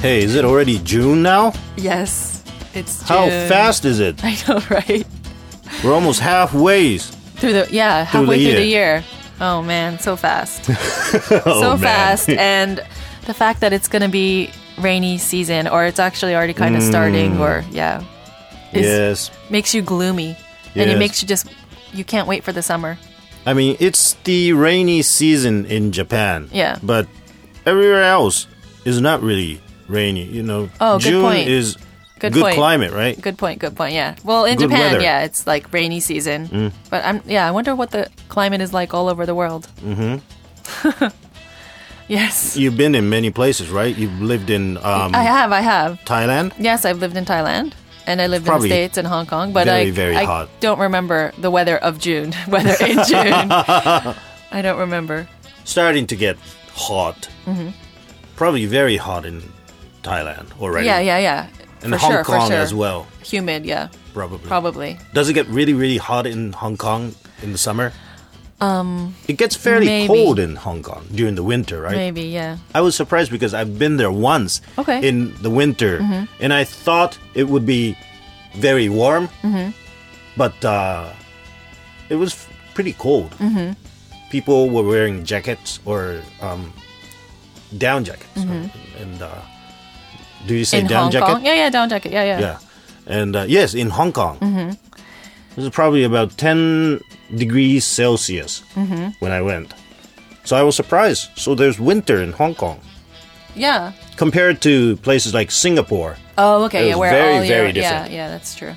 Hey, is it already June now? Yes, it's How June. fast is it? I know, right? We're almost halfway. Through the yeah, Through the halfway through the year. Oh man, so fast, so Oh, man. fast, and the fact that it's gonna be rainy season, or it's actually already kind Mm. of starting, or yeah, is, Yes. makes you gloomy, and Yes. it makes you just you can't wait for the summer. I mean, it's the rainy season in Japan. Yeah. But everywhere else is not really rainy, you know. Oh, good June point. is Good good point. climate, right? Good point. Good point. Yeah. Well, in Good Japan, weather. Mm. yeah, it's like rainy season. But I'm yeah, I wonder what the climate is like all over the world. Mm-hmm. yes, You've been in many places, right? You've lived in um, I have. I have. Thailand? Yes, I've lived in Thailand. And I lived Probably in the States and Hong Kong, but very, I, very I hot. don't remember the weather of June, weather in June. I don't remember. Starting to get hot. Mm-hmm. Probably very hot in Thailand already. Yeah, yeah, yeah. And for Hong sure, Kong for sure. as well, Humid, yeah, probably. probably. Does it get really, really hot in Hong Kong in the summer? Um, it gets fairly maybe. cold in Hong Kong during the winter, right? Maybe, yeah. I was surprised because I've been there once Okay. Mm-hmm. in the winter, and I thought it would be very warm, Mm-hmm. but uh, it was f- pretty cold. Mm-hmm. People were wearing jackets or um, down jackets, and uh, do you say Mm-hmm. in down Hong jacket? Kong. Yeah, yeah, down jacket. Yeah, yeah. Yeah, and uh, yes, in Hong Kong, Mm-hmm. this is probably about ten degrees Celsius Mm-hmm. when I went. So I was surprised. So there's winter in Hong Kong Yeah. compared to places like Singapore. Oh, okay. It yeah, was where very, all year- very different. Yeah, yeah, that's true.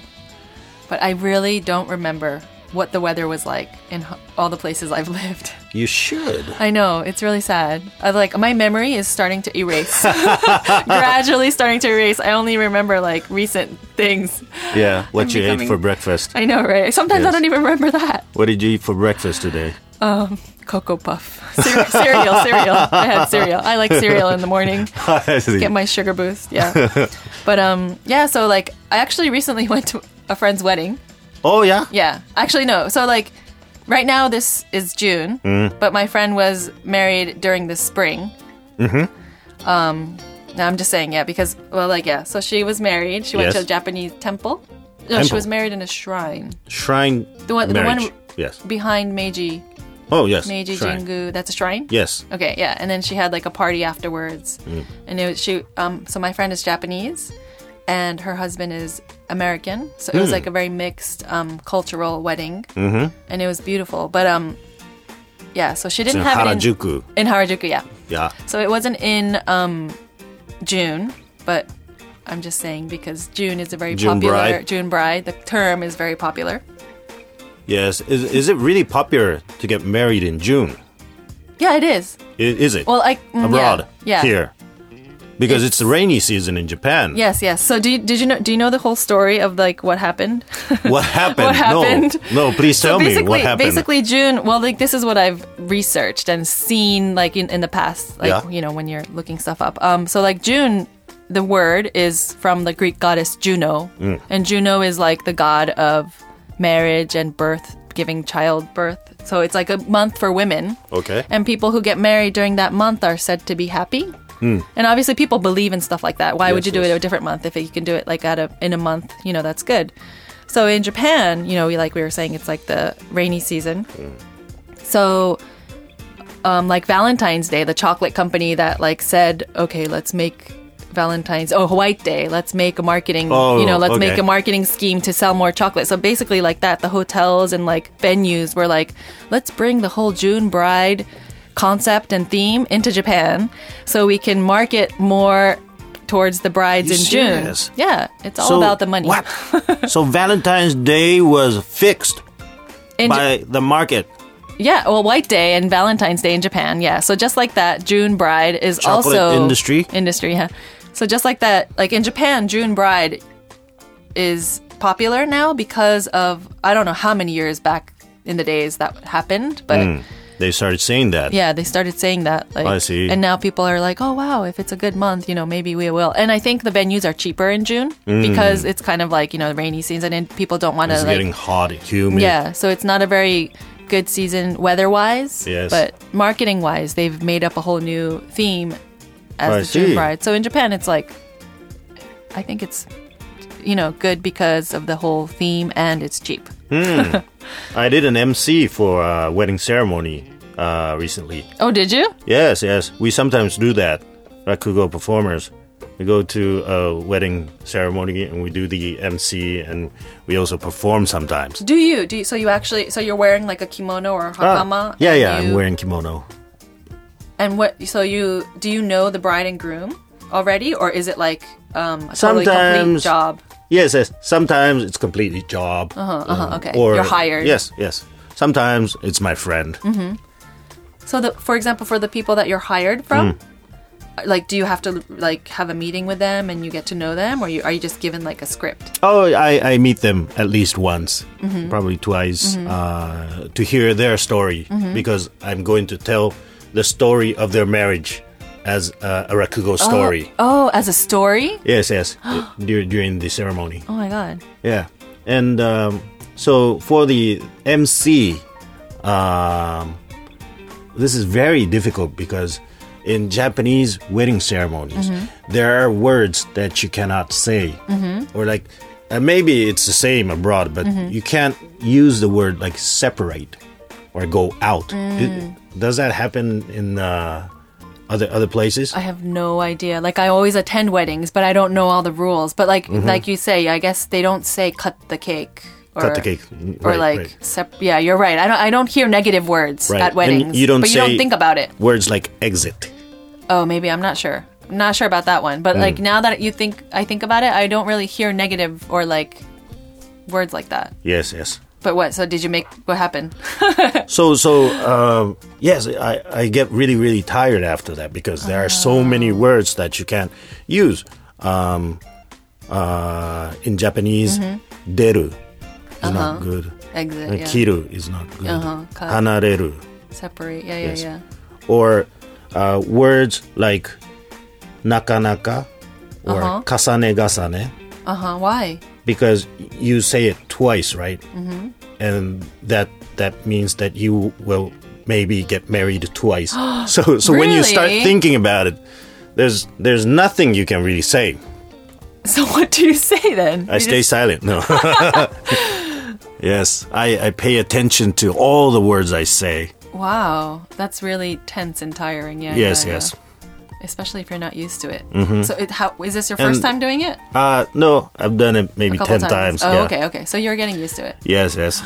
But I really don't remember what the weather was like in ho- all the places I've lived. You should. I know it's really sad. I, like my memory is starting to erase, gradually starting to erase. I only remember like recent things. Yeah, what I'm you ate becoming- for breakfast. I know, right? Sometimes Yes. I don't even remember that. What did you eat for breakfast today? Cocoa puff, Cere- cereal, cereal. I had cereal. I like cereal in the morning. get my sugar boost. Yeah. but um yeah, so like I actually recently went to a friend's wedding. oh yeah. Yeah. Actually no. So like right now this is June, Mm. but my friend was married during the spring. Mhm. Um Mm-hmm. no, I'm just saying yeah because well like yeah. So she was married. She went Yes. to a Japanese temple. No, she Temple. was married in a shrine Shrine. The one- the one- marriage. Yes. behind Meiji Oh yes. Meiji Shrine. Jingu. That's a shrine? Yes. Okay, yeah, and then she had like a party afterwards, Mm. and it was she. Um, so my friend is Japanese, and her husband is American, so it Mm. was like a very mixed um, cultural wedding, mm-hmm. and it was beautiful. But um, yeah, so she It's in didn't have it Harajuku. in, in Harajuku, yeah. Yeah. So it wasn't in um, June, but I'm just saying because June is a very June popular bride. June bride. The term is very popular. Yes. Is, is it really popular to get married in June? Yeah, it is. I- Is it? Well, like mm, yeah, abroad yeah. here because it's, the rainy season in Japan. Yes, yes. So do you, did you know? Do you know the whole story of like what happened? What happened? What happened? No, no. Please tell so me basically, what happened. basically June. Well, like this is what I've researched and seen like in, in the past. Like Yeah. you know when you're looking stuff up. Um, so like June, the word is from the Greek goddess Juno, Mm. and Juno is like the god of marriage and birth, giving childbirth. So it's like a month for women. okay. And people who get married during that month are said to be happy. And obviously, people believe in stuff like that. Why would Hmm. Yes, you do yes. it a different month if you can do it like at a, in a month? You know, that's good. So in Japan, you know, we like we were saying, it's like the rainy season. Hmm. So, um, like Valentine's Day, the chocolate company that like said, okay, let's make Valentine's oh White Day, let's make a marketing, Oh, you know, let's okay. make a marketing scheme to sell more chocolate. So basically, like that, the hotels and like venues were like, let's bring the whole June Bride concept and theme into Japan, so we can market more towards the brides You in serious? June. Yeah, it's all about the money. What? so Valentine's Day was fixed In Ja- by the market. Yeah, well, White Day and Valentine's Day in Japan. Yeah, so just like that, June Bride is Chocolate also industry? Industry, yeah. So just like that, like in Japan, June Bride is popular now because of I don't know how many years back in the days that happened, but They started saying that. yeah, they started saying that. Like, Hmm. I see. And now people are like, oh wow, if it's a good month, you know, maybe we will. And I think the venues are cheaper in June Hmm. because it's kind of like you know rainy season and people don't want to It's like getting hot, humid. yeah, so it's not a very good season weather wise. Yes. But marketing wise, they've made up a whole new theme as I the June see. bride. So in Japan, it's like, I think it's, you know, good because of the whole theme and it's cheap. I did an MC for a wedding ceremony uh, recently. Oh, did you? Yes, yes. We sometimes do that. Rakugo performers. We go to a wedding ceremony and we do the MC and we also perform sometimes. Do you? Do you, so you actually? So you're wearing like a kimono or a hakama? Ah, yeah, and yeah. you- I'm wearing kimono. And what? So you do you know the bride and groom already, or is it like um, a totally complete Sometimes- job? Yes, yes. Sometimes it's completely job. Uh-huh, uh-huh, okay. You're hired. Mm-hmm. Yes, yes. Sometimes it's my friend. So the, for example, for the people that you're hired from, Mm. like, do you have to like have a meeting with them and you get to know them, or you, are you just given like a script? Oh, I, I meet them at least once, Mm-hmm. probably twice, uh, to hear their story Mm-hmm. because I'm going to tell the story of their marriage as uh, a Rakugo story. Oh, as a story. Yes, yes, during, during the ceremony. Oh my god. Yeah. And um, so for the MC, um, this is very difficult because in Japanese wedding ceremonies, there are words that you cannot say. Or like, uh, maybe it's the same abroad, but you can't use the word like separate or go out. It- does that happen in uh, other other places? I have no idea. Like I always attend weddings, but I don't know all the rules. But like Mm-hmm. like you say, I guess they don't say cut the cake. Or, Cut the cake. Or Right, like right. sep- yeah, you're right. I don't I don't hear negative words Right. at And weddings. you don't but you don't say- think about it. Words like exit. Oh, maybe I'm not sure. I'm not sure about that one. But Mm. like now that you think I think about it, I don't really hear negative or like words like that. Yes, yes. But what? So did you make what happened? So so um, yes, I, I get really really tired after that because there are so many Oh. words that you can't use. Um, uh, in Japanese, deru is not good. Exit. And Mm-hmm. Uh-huh. Yeah. Kiru is not good. Uh-huh, cut. Hanareru Separate. Yeah, yeah, Yes. yeah. or uh, words like nakanaka or Uh-huh. kasane gasane Uh huh. Why? because you say it twice, right? Mm-hmm. And that that means that you will maybe get married twice. so so when you start Really? thinking about it, there's there's nothing you can really say. So what do you say then? I You stay just- silent. No. yes, I, I pay attention to all the words I say. Wow, that's really tense and tiring. Yeah. Yes, yeah, yes. yeah. Especially if you're not used to it. Mm-hmm. So it, how is this your first And- time doing it? Uh, no, I've done it A maybe couple ten times. times. Oh, yeah. okay, Oh. okay. So you're getting used to it. Yes, yes.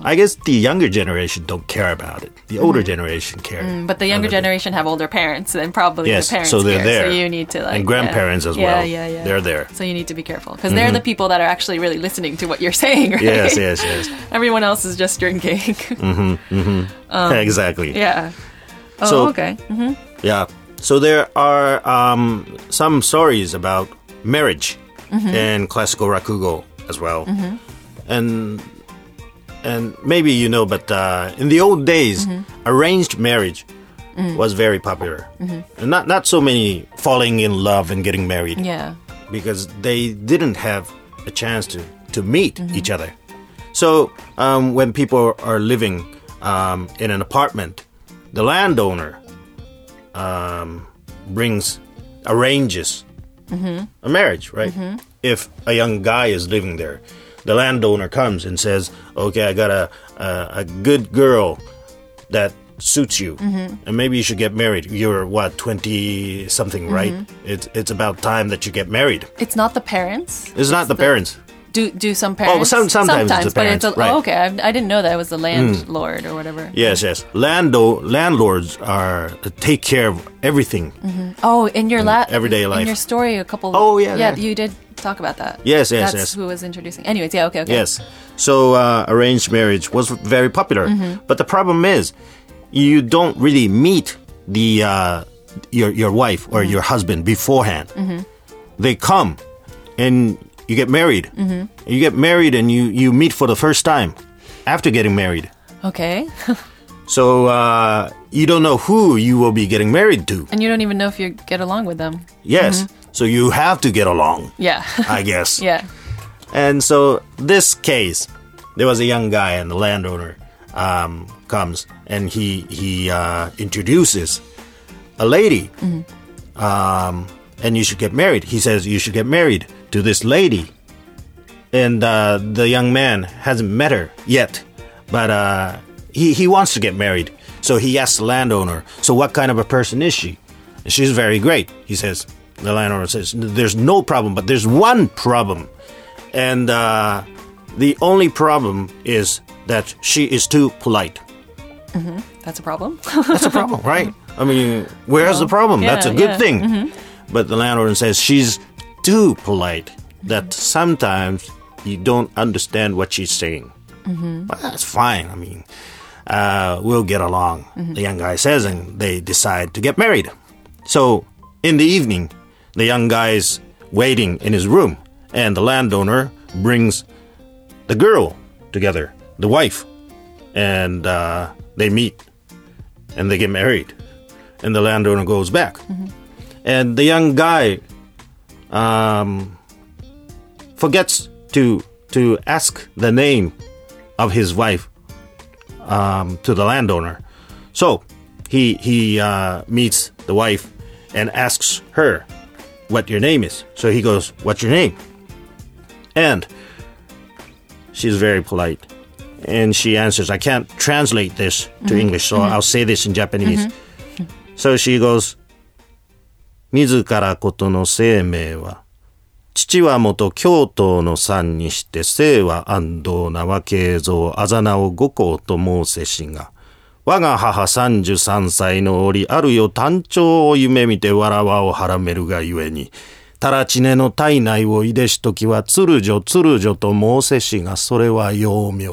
I guess the younger generation don't care about it. The older generation care. Mm-hmm. Mm, But the younger a little bit. generation have older parents, and probably Yes, the parents so they're there. here, So you need to like uh, And grandparents yeah. as Yeah, well. yeah, yeah. They're there. So you need to be careful because they're the people that are actually really listening to what you're saying, right? Mm-hmm. Yes, yes, yes. Everyone else is just drinking. exactly. Um, yeah. Oh, So- okay. Yeah. So there are um, some stories about marriage Mm-hmm. and classical rakugo as well, and and maybe you know, but uh, in the old days, Mm-hmm. arranged marriage Mm. was very popular, Mm-hmm. and not not so many falling in love and getting married Yeah. because they didn't have a chance to, to meet each other. So um, when people are living um, in an apartment, the landowner um, brings arranges a marriage, right? If a young guy is living there, the landowner comes and says, "Okay, I got a a, a good girl that suits you, and maybe you should get married. You're what twenty something, right? It's it's about time that you get married. It's not the parents. It's not the, parents. Do do some parents? Oh, some- sometimes it's the but parents, it's a, right. Mm. oh, okay. I, I didn't know that it was the landlord or whatever. Yes, yes. Lando landlords are take care of everything. Oh, in your la- Mm. everyday in life. your story a couple. Oh, yeah, yeah. yeah. You did talk about that. Yes, yes, That's yes. who was introducing. Anyways, yeah. Okay, okay. Yes. So uh, arranged marriage was very popular, but the problem is you don't really meet the uh, your your wife or your husband beforehand. They come and you get married. You get married and you you meet for the first time after getting married. Okay. So uh, you don't know who you will be getting married to. And you don't even know if you get along with them. Yes. So you have to get along, Yeah. I guess. yeah. And so this case, there was a young guy and the landowner um, comes and he he uh, introduces a lady um, and you should get married. He says you should get married to this lady, and uh, the young man hasn't met her yet, but uh, he he wants to get married. So he asks the landowner, "So what kind of a person is she?" And she's very great. He says. The landowner says, "There's no problem, but there's one problem, and uh, the only problem is that she is too polite." That's a problem. That's a problem, right? I mean, where's the problem? That's a yeah, good yeah. Mm-hmm. thing. But the landlord says she's too polite that sometimes you don't understand what she's saying. Mm-hmm. But that's fine. I mean, uh, we'll get along, Mm-hmm. the young guy says, and they decide to get married. So in the evening, the young guy's waiting in his room, and the landowner brings the girl together, the wife, and uh, they meet and they get married. And the landowner goes back. And the young guy um, forgets to, to ask the name of his wife um, to the landowner. So he, he uh, meets the wife and asks her what your name is. So he goes, What's your name? And she's very polite and she answers i can't translate this to english so i'll say this in japanese so she goes 自らことの生命は父は元京都の山にして姓は安藤縄慶三あざなを五行と申せしが我が母三十三歳の折あるよ単調を夢見てわらわをはらめるがゆえにたらちねの体内をいでしときは鶴女鶴女と申せしがそれは幼名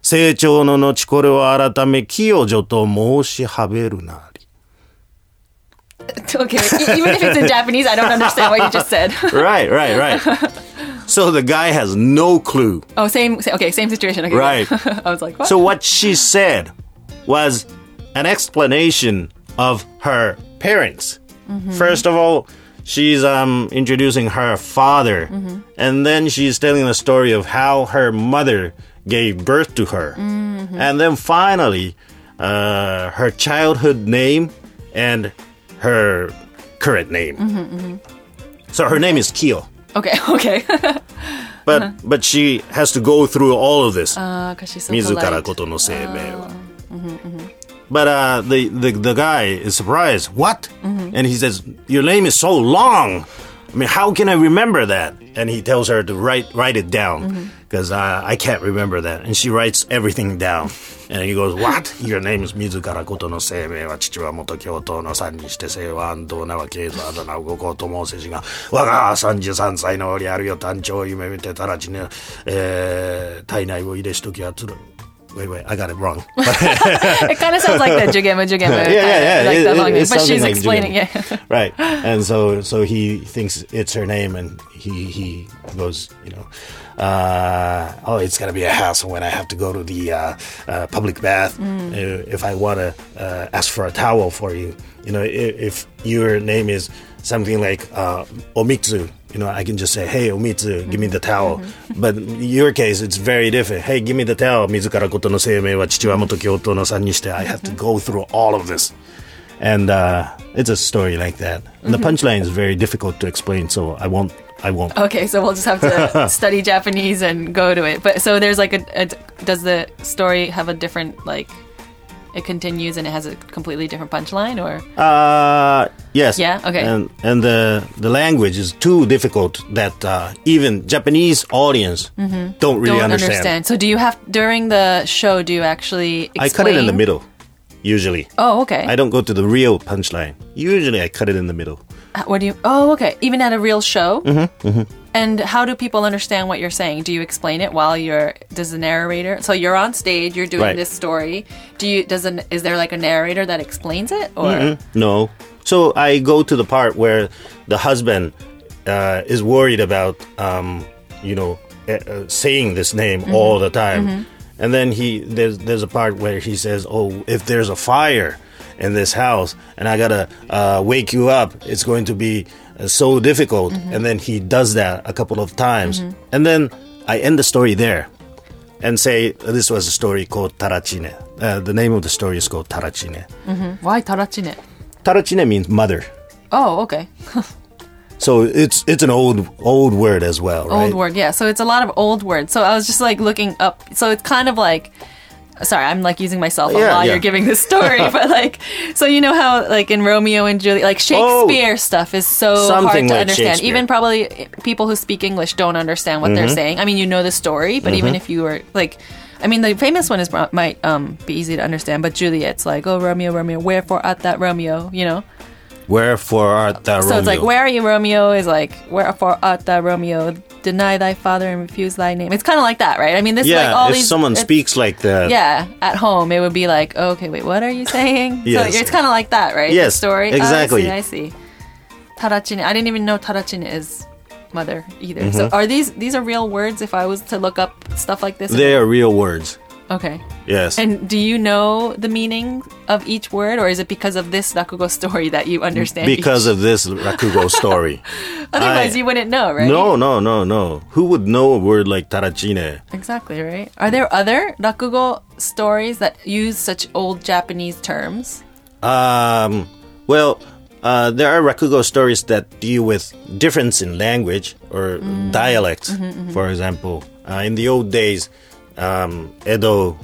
成長の後これを改め清女と申しはべるなり okay, e- even if it's in Japanese, I don't understand what you just said. Right, right, right. so the guy has no clue. Oh, same. sa- Okay, same situation. Okay, Right. I was like, what? So what she said was an explanation of her parents. First of all, she's um, introducing her father, and then she's telling the story of how her mother gave birth to her, and then finally, uh, her childhood name and her current name. So her name is Kyo. okay, okay. But but she has to go through all of this. Because she's so 自 Uh, polite. らことの生命は。But uh, the, the the guy is surprised. What? And he says, "Your name is so long. I mean, how can I remember that?" And he tells her to write write it down because uh, I can't remember that. And she writes everything down. And he goes, "What? Your name is 自らことの生命は父は元教頭の三にして姓は安藤なわけずあだ名をごこうと申せしが我が三十三歳の折あるよ単調を夢見てたらちね、えー、体内を入れしときはつる。Wait, wait, I got it wrong. It kind of sounds like the jugema yeah, jugema. yeah, yeah. Like It- the it- long it name. But sounded she's like explaining Jugema. it. right. And so, so he thinks it's her name, and he he goes, you know, uh, oh, it's gonna be a hassle when I have to go to the uh, uh, public bath uh, if I wanna uh, ask for a towel for you. You know, if, if your name is something like uh, Omitsu. You know, I can just say, "Hey, Omitsu, give me the towel." But in your case, it's very different. "Hey, give me the towel." 自らことの生命は父は元教頭の三にして I have to go through all of this and uh, it's a story like that. And Mm-hmm. the punchline is very difficult to explain, so I won't. I won't. Okay, so we'll just have to study Japanese and go to it. But so there's like a, a does the story have a different like it continues and it has a completely different punchline or Uh, yes. Oh. Yeah, okay. And and the the language is too difficult that uh, even Japanese audience don't really Mm-hmm. don't understand. So do you have during the show do you actually explain? I cut it in the middle, usually. Oh, okay. I don't go to the real punchline. Usually, I cut it in the middle. Uh, What do you? Oh, okay. Even at a real show. Mm-hmm, And how do people understand what you're saying? Do you explain it while you're? Does the narrator? So you're on stage. You're doing Right. this story. Do you? Does an? Is there like a narrator that explains it? Or No. So I go to the part where the husband uh, is worried about, um, you know, uh, uh, saying this name all the time, and then he there's there's a part where he says, "Oh, if there's a fire in this house and I gotta uh, wake you up, it's going to be uh, so difficult." And then he does that a couple of times, and then I end the story there and say, "This was a story called Tarachine." Uh, the name of the story is called Tarachine. why tarachine? Tarachine means mother. Oh, okay. So it's it's an old old word as well, right? Old word, yeah. So it's a lot of old words. So I was just like looking up. So it's kind of like, sorry, I'm like using myself a Yeah, while yeah. you're giving this story, but like, so you know how like in Romeo and Juliet, like Shakespeare stuff is so hard Oh, Something to like understand. Shakespeare. Mm-hmm. Even probably people who speak English don't understand what they're saying. I mean, you know the story, but even if you were like. I mean, the famous one is might um, be easy to understand, but Juliet's like, "Oh, Romeo, Romeo, wherefore art that Romeo?" You know, Wherefore art thou so Romeo? it's like, where are you, Romeo? Is like, wherefore art thou, Romeo? Deny thy father and refuse thy name. It's kind of like that, right? I mean, this yeah, like all if these. someone it's- speaks like that, Yeah, at home it would be like, oh, okay, wait, what are you saying? Yes. So it's kind of like that, right? Yes, the story. exactly. Oh, I see. I see. Tarachine. I didn't even know tarachine is mother either. Mm-hmm. So are these these are real words? If I was to look up stuff like this, they are real words. okay. Yes. And do you know the meaning of each word, or is it because of this rakugo story that you understand? each- because of this Rakugo story. otherwise I- you wouldn't know, right? No, no, no, no. Who would know a word like tarachine? Exactly, right? Are there other rakugo stories that use such old Japanese terms? Um, well, uh, there are Rakugo stories that deal with difference in language or Mm. dialects. Mm-hmm, For example, uh, in the old days, um, Edo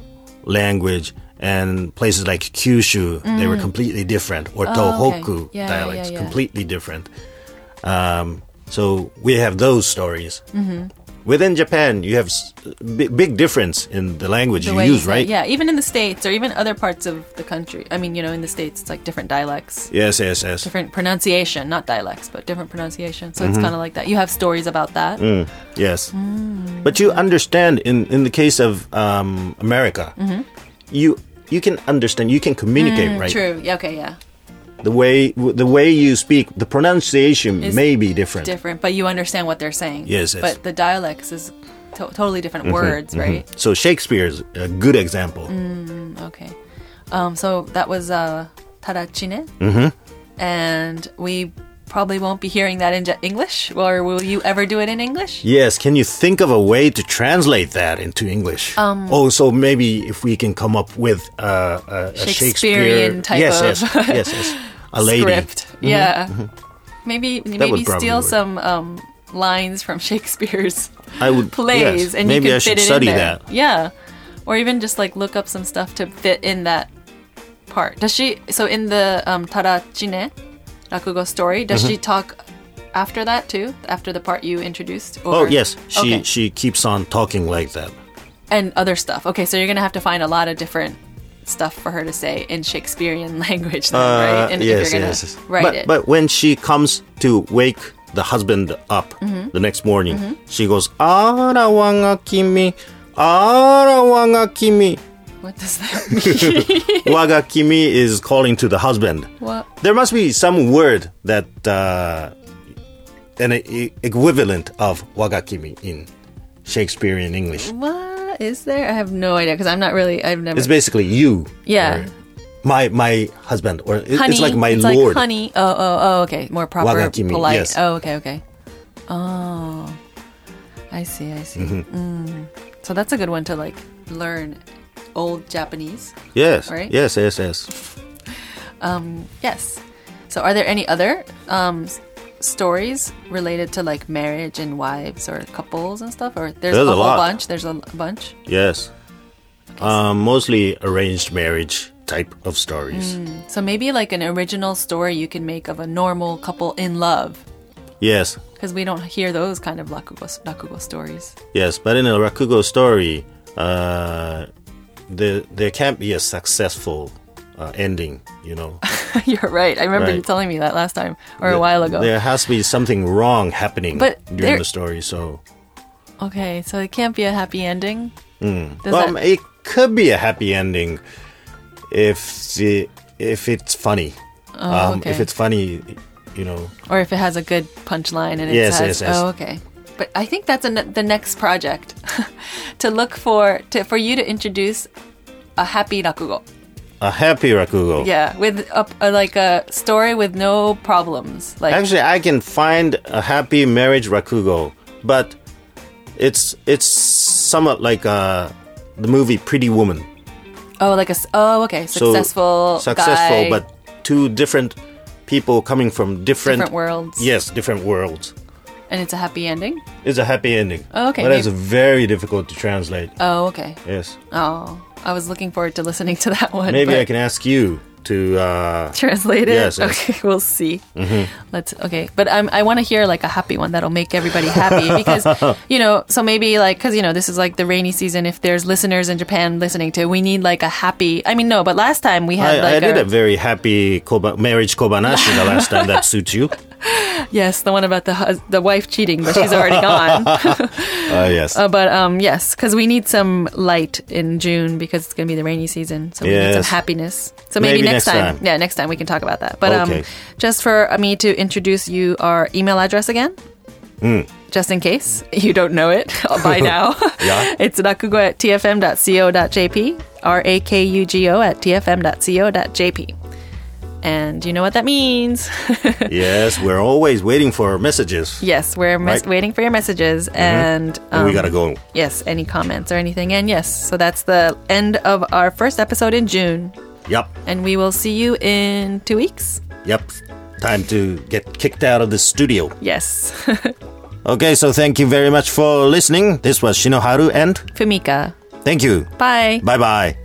language and places like Kyushu, they were completely different, or Tohoku Mm. Oh, Yeah, yeah, dialects, yeah. completely different. Um, so we have those stories. Mm-hmm. Within Japan, you have s- b- big difference in the language you way use, say- right? Yeah, even in the States or even other parts of the country. I mean, you know, in the States, it's like different dialects, Yes, yes, yes. different pronunciation, not dialects, but different pronunciation. So it's Mm-hmm. kind of like that. You have stories about that. Mm, Yes. But you understand in, in the case of um, America, Mm-hmm. you you can understand, you can communicate, right? Mm, True. Yeah, okay, yeah. The way the way you speak, the pronunciation Is may be different. Different, but you understand what they're saying. Yes, Mm-hmm, yes. But the dialects is to- totally different words, right? so Shakespeare is a good example. Mm. Okay. Um, so that was uh, Tarachine. Mm-hmm. And we probably won't be hearing that in Ja- English, or will you ever do it in English? Yes, can you think of a way to translate that into English? Um, oh, so maybe if we can come up with uh, a, a Shakespeare Shakespearean type yes, of yes, yes, yes, a lady. Mm-hmm. Script. Yeah. Maybe maybe would probably steal work. some um, lines from Shakespeare's I would plays, yes, and maybe you can I should fit it study in there. that. Yeah. Or even just like look up some stuff to fit in that part. Does she? So in the um, Tarachine Rakugo story, Mm-hmm. does she talk? After that too, after the part you introduced. Oh or- yes, she Okay. she keeps on talking like that. and other stuff. Okay, so you're gonna have to find a lot of different stuff for her to say in Shakespearean language, then, Uh, right? yes, And if you're gonna yes, yes. write but, it. But when she comes to wake the husband up Mm-hmm. the next morning, she goes, Ara wanga kimi, ara wanga kimi. what does that mean? Waga kimi is calling to the husband. what? There must be some word that uh, an e- equivalent of waga kimi in Shakespearean English. What is there? I have no idea because I'm not really. I've never. It's basically you. yeah, My my husband, or it- honey. it's like my lord. honey. Oh, oh, oh. Okay, more proper, Wagakimi, polite. yes. Oh, okay, okay. Oh, I see. I see. Mm-hmm. Mm. So that's a good one to like learn old Japanese. Yes, Right? yes, yes, yes. Yes. So, are there any other um, s- stories related to like marriage and wives or couples and stuff? Or there's, There's a, a whole lot. bunch. There's a l- bunch. Yes. Um, mostly arranged marriage type of stories. So maybe like an original story you can make of a normal couple in love, Yes, because we don't hear those kind of rakugo, rakugo stories. yes. But in a Rakugo story, uh, there, there can't be a successful uh, ending, you know. You're right. I remember you Right. telling me that last time or a while ago. There has to be something wrong happening But during there- the story. So, Okay, so it can't be a happy ending. Does um, that- it could be a happy ending if the, if it's funny. um, Oh, okay. If it's funny, you know. or if it has a good punchline and it Yes, yes, says, yes. "Oh, okay." But I think that's an, the next project to look for to for you to introduce a happy rakugo. A happy Rakugo. Yeah, with a, a like a story with no problems. Like Actually, I can find a happy marriage rakugo, but it's it's somewhat like uh, the movie Pretty Woman. oh, like a s- oh, okay, So, successful, successful, guy. but two different people coming from different, Different worlds. Yes, different worlds. And it's a happy ending? It's a happy ending. Oh, okay, But it's maybe- very difficult to translate. Oh, okay. Yes. Oh, I was looking forward to listening to that one. Maybe but I can ask you to. Uh, translate it. Yes, Mm-hmm. yes. Okay, we'll see. Let's okay, but I'm, I want to hear like a happy one that'll make everybody happy because you know. So maybe like because you know this is like the rainy season. If there's listeners in Japan listening to, we need like a happy. I mean, no, but last time we had I, like I did our- a very happy koba- marriage kobanashi the last time that suits you. yes, the one about the hus- the wife cheating, but she's already gone. Uh, yes. Uh, but um, yes, because we need some light in June because it's going to be the rainy season. So we need Yes. some happiness. So maybe, Maybe next, next time, time. Yeah, next time we can talk about that. But um, Okay. just for uh, me to introduce you our email address again. Just in case you don't know it by now, Yeah. it's rakugo at tfm.co.jp, R A K U G O at tfm.co.jp. And you know what that means. yes, we're always waiting for messages. yes, we're mes- Right. Mm-hmm. waiting for your messages. And And we um, gotta go. yes, any comments or anything. And yes, so that's the end of our first episode in June. Yep, And we will see you in two weeks. yep. Time to get kicked out of the studio. Yes. Okay, so thank you very much for listening. This was Shinoharu, and Fumika. thank you. Bye. Bye bye.